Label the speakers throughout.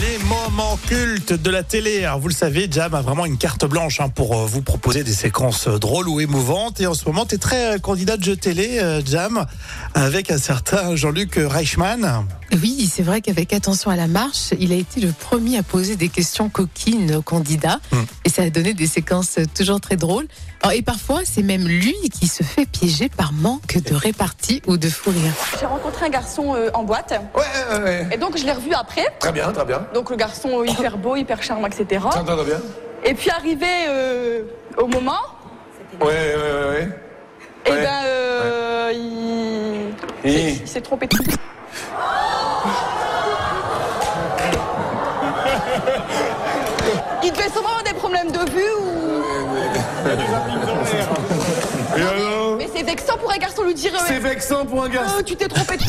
Speaker 1: Les moments cultes de la télé. Alors, vous le savez, Jam a vraiment une carte blanche hein, pour euh, vous proposer des séquences euh, drôles ou émouvantes. Et en ce moment, tu es très euh, candidat de jeu télé, euh, Jam, avec un certain Jean-Luc Reichmann.
Speaker 2: Oui, c'est vrai qu'avec Attention à la marche, il a été le premier à poser des questions coquines aux candidats.
Speaker 1: Mm.
Speaker 2: Et ça a donné des séquences toujours très drôles. Alors, et parfois, c'est même lui qui se fait piéger par manque de répartie ou de fou rire.
Speaker 3: J'ai rencontré un garçon euh, en boîte
Speaker 4: Ouais, ouais, ouais.
Speaker 3: et donc je l'ai revu après.
Speaker 4: Très bien, très bien.
Speaker 3: Donc le garçon euh, hyper beau, hyper charmant, etc.
Speaker 4: Très, très, très bien.
Speaker 3: Et puis arrivé euh, au moment,
Speaker 4: Ouais, ouais, ouais, ouais.
Speaker 3: et
Speaker 4: Ouais.
Speaker 3: ben euh, il-
Speaker 4: Et-
Speaker 3: il s'est trompé. de- Il devait sûrement avoir des problèmes de vue ou.
Speaker 4: Et alors
Speaker 3: Mais c'est vexant pour un garçon de lui dire. euh,
Speaker 4: C'est vexant pour un garçon.
Speaker 3: euh, tu t'es trompé. de-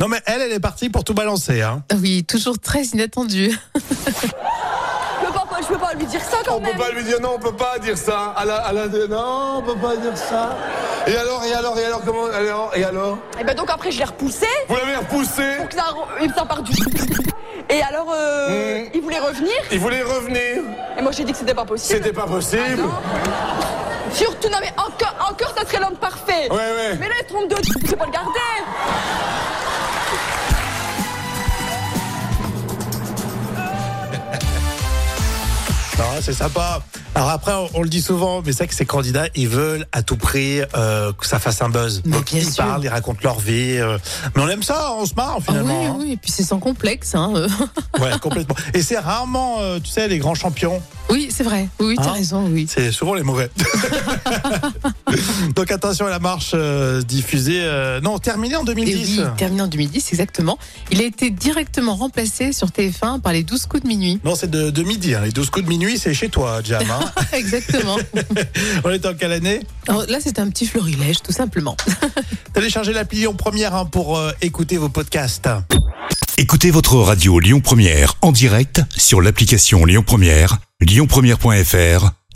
Speaker 1: Non mais elle, elle est partie pour tout balancer. Hein.
Speaker 2: Ah Oui, toujours très inattendu. Ah
Speaker 3: Je peux pas, je peux pas lui dire ça quand
Speaker 4: On
Speaker 3: même.
Speaker 4: peut pas lui dire non, on peut pas dire ça. À la, à la, non, on peut pas dire ça. Et alors, et alors, et alors, comment, alors, et alors
Speaker 3: Et ben donc après je l'ai repoussé.
Speaker 4: Vous l'avez repoussé,
Speaker 3: pour que ça, il s'en part du Et alors, euh,
Speaker 4: Mm.
Speaker 3: il voulait revenir,
Speaker 4: il voulait revenir,
Speaker 3: et moi j'ai dit que c'était pas possible.
Speaker 4: c'était pas possible.
Speaker 3: Surtout, non mais encore, encore ça serait l'homme parfait.
Speaker 4: Ouais, ouais.
Speaker 3: Mais là, il se trompe de je peux pas le garder.
Speaker 1: Ah, c'est sympa. Alors après, on, on le dit souvent, mais c'est vrai que ces candidats, ils veulent à tout prix euh, que ça fasse un buzz.
Speaker 2: Mais bien
Speaker 1: ils
Speaker 2: sûr.
Speaker 1: parlent, ils racontent leur vie. euh, mais on aime ça, on se marre
Speaker 2: Ah oui,
Speaker 1: finalement. hein.
Speaker 2: oui, et puis c'est sans complexe. hein, euh.
Speaker 1: Ouais, complètement. Et c'est rarement, euh, tu sais, les grands champions.
Speaker 2: Oui, c'est vrai. Oui, tu
Speaker 1: Hein
Speaker 2: as raison, oui.
Speaker 1: C'est souvent les mauvais. Donc attention à la marche euh, diffusée. euh, non, terminée en
Speaker 2: Et
Speaker 1: 2010.
Speaker 2: oui, terminé en 2010, exactement. Il a été directement remplacé sur TF1 par les 12 coups de minuit.
Speaker 1: non, c'est de, de midi. hein. Les 12 coups de minuit, c'est chez toi, Jam. hein.
Speaker 2: exactement.
Speaker 1: On est en quelle année
Speaker 2: Alors là, c'est un petit florilège, tout simplement.
Speaker 1: Téléchargez l'appli en première hein, pour euh, écouter vos podcasts.
Speaker 5: Écoutez votre radio Lyon Première en direct sur l'application Lyon Première, lyonpremière.fr